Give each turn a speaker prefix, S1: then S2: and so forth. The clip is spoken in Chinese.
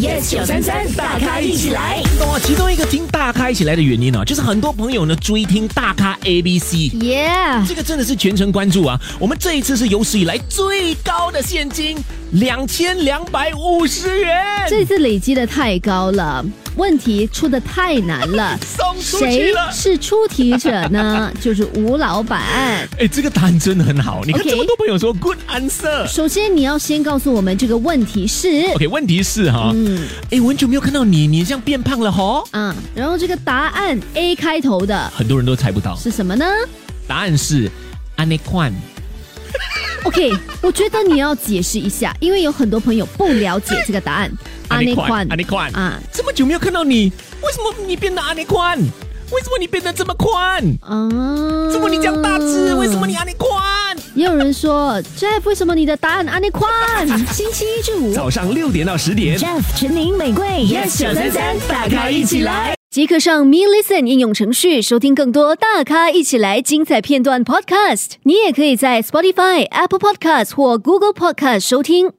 S1: yes 九三三，大咖一起来。
S2: 哦，其中一个听大咖一起来的原因呢、就是很多朋友呢追听大咖 A B C，
S1: Yeah，
S2: 这个真的是全程关注啊！我们这一次是有史以来最高的现金，两千两百五十元，
S1: 这次累积的太高了，问题出的太难了。
S2: 送出去
S1: 谁
S2: 了。
S1: 是出题者 呢？就是吴老板。
S2: 哎，这个答案真的很好，你看
S1: OK 嗯
S2: 这么多朋友说 good answer。
S1: 首先，你要先告诉我们这个问题是
S2: OK，问题是哈，
S1: 嗯
S2: 哎，我很久没有看到你，你像变胖了吼，
S1: 啊，然后这个答案 A 开头的
S2: 很多人都猜不到，
S1: 是什么呢
S2: 答案是 anequan。
S1: ？OK，我觉得你要解释一下，因为有很多朋友不了解这个答案。
S2: 阿内宽，
S1: 啊，
S2: 这么久没有看到你，为什么你变得阿内宽？为什么你变得这么宽？
S1: 啊，
S2: 怎么你这样大只？为什么你阿内宽？
S1: 也有人说 Jeff，为什么你的答案安 内宽？星期一至五
S2: 早上六点到十点
S3: Jeff 陈宁玫瑰
S2: Yes，933大咖一起来。
S1: 即刻上 Me Listen 应用程序收听更多大咖一起来精彩片段 Podcast。你也可以在 Spotify、Apple Podcast 或 Google Podcast 收听。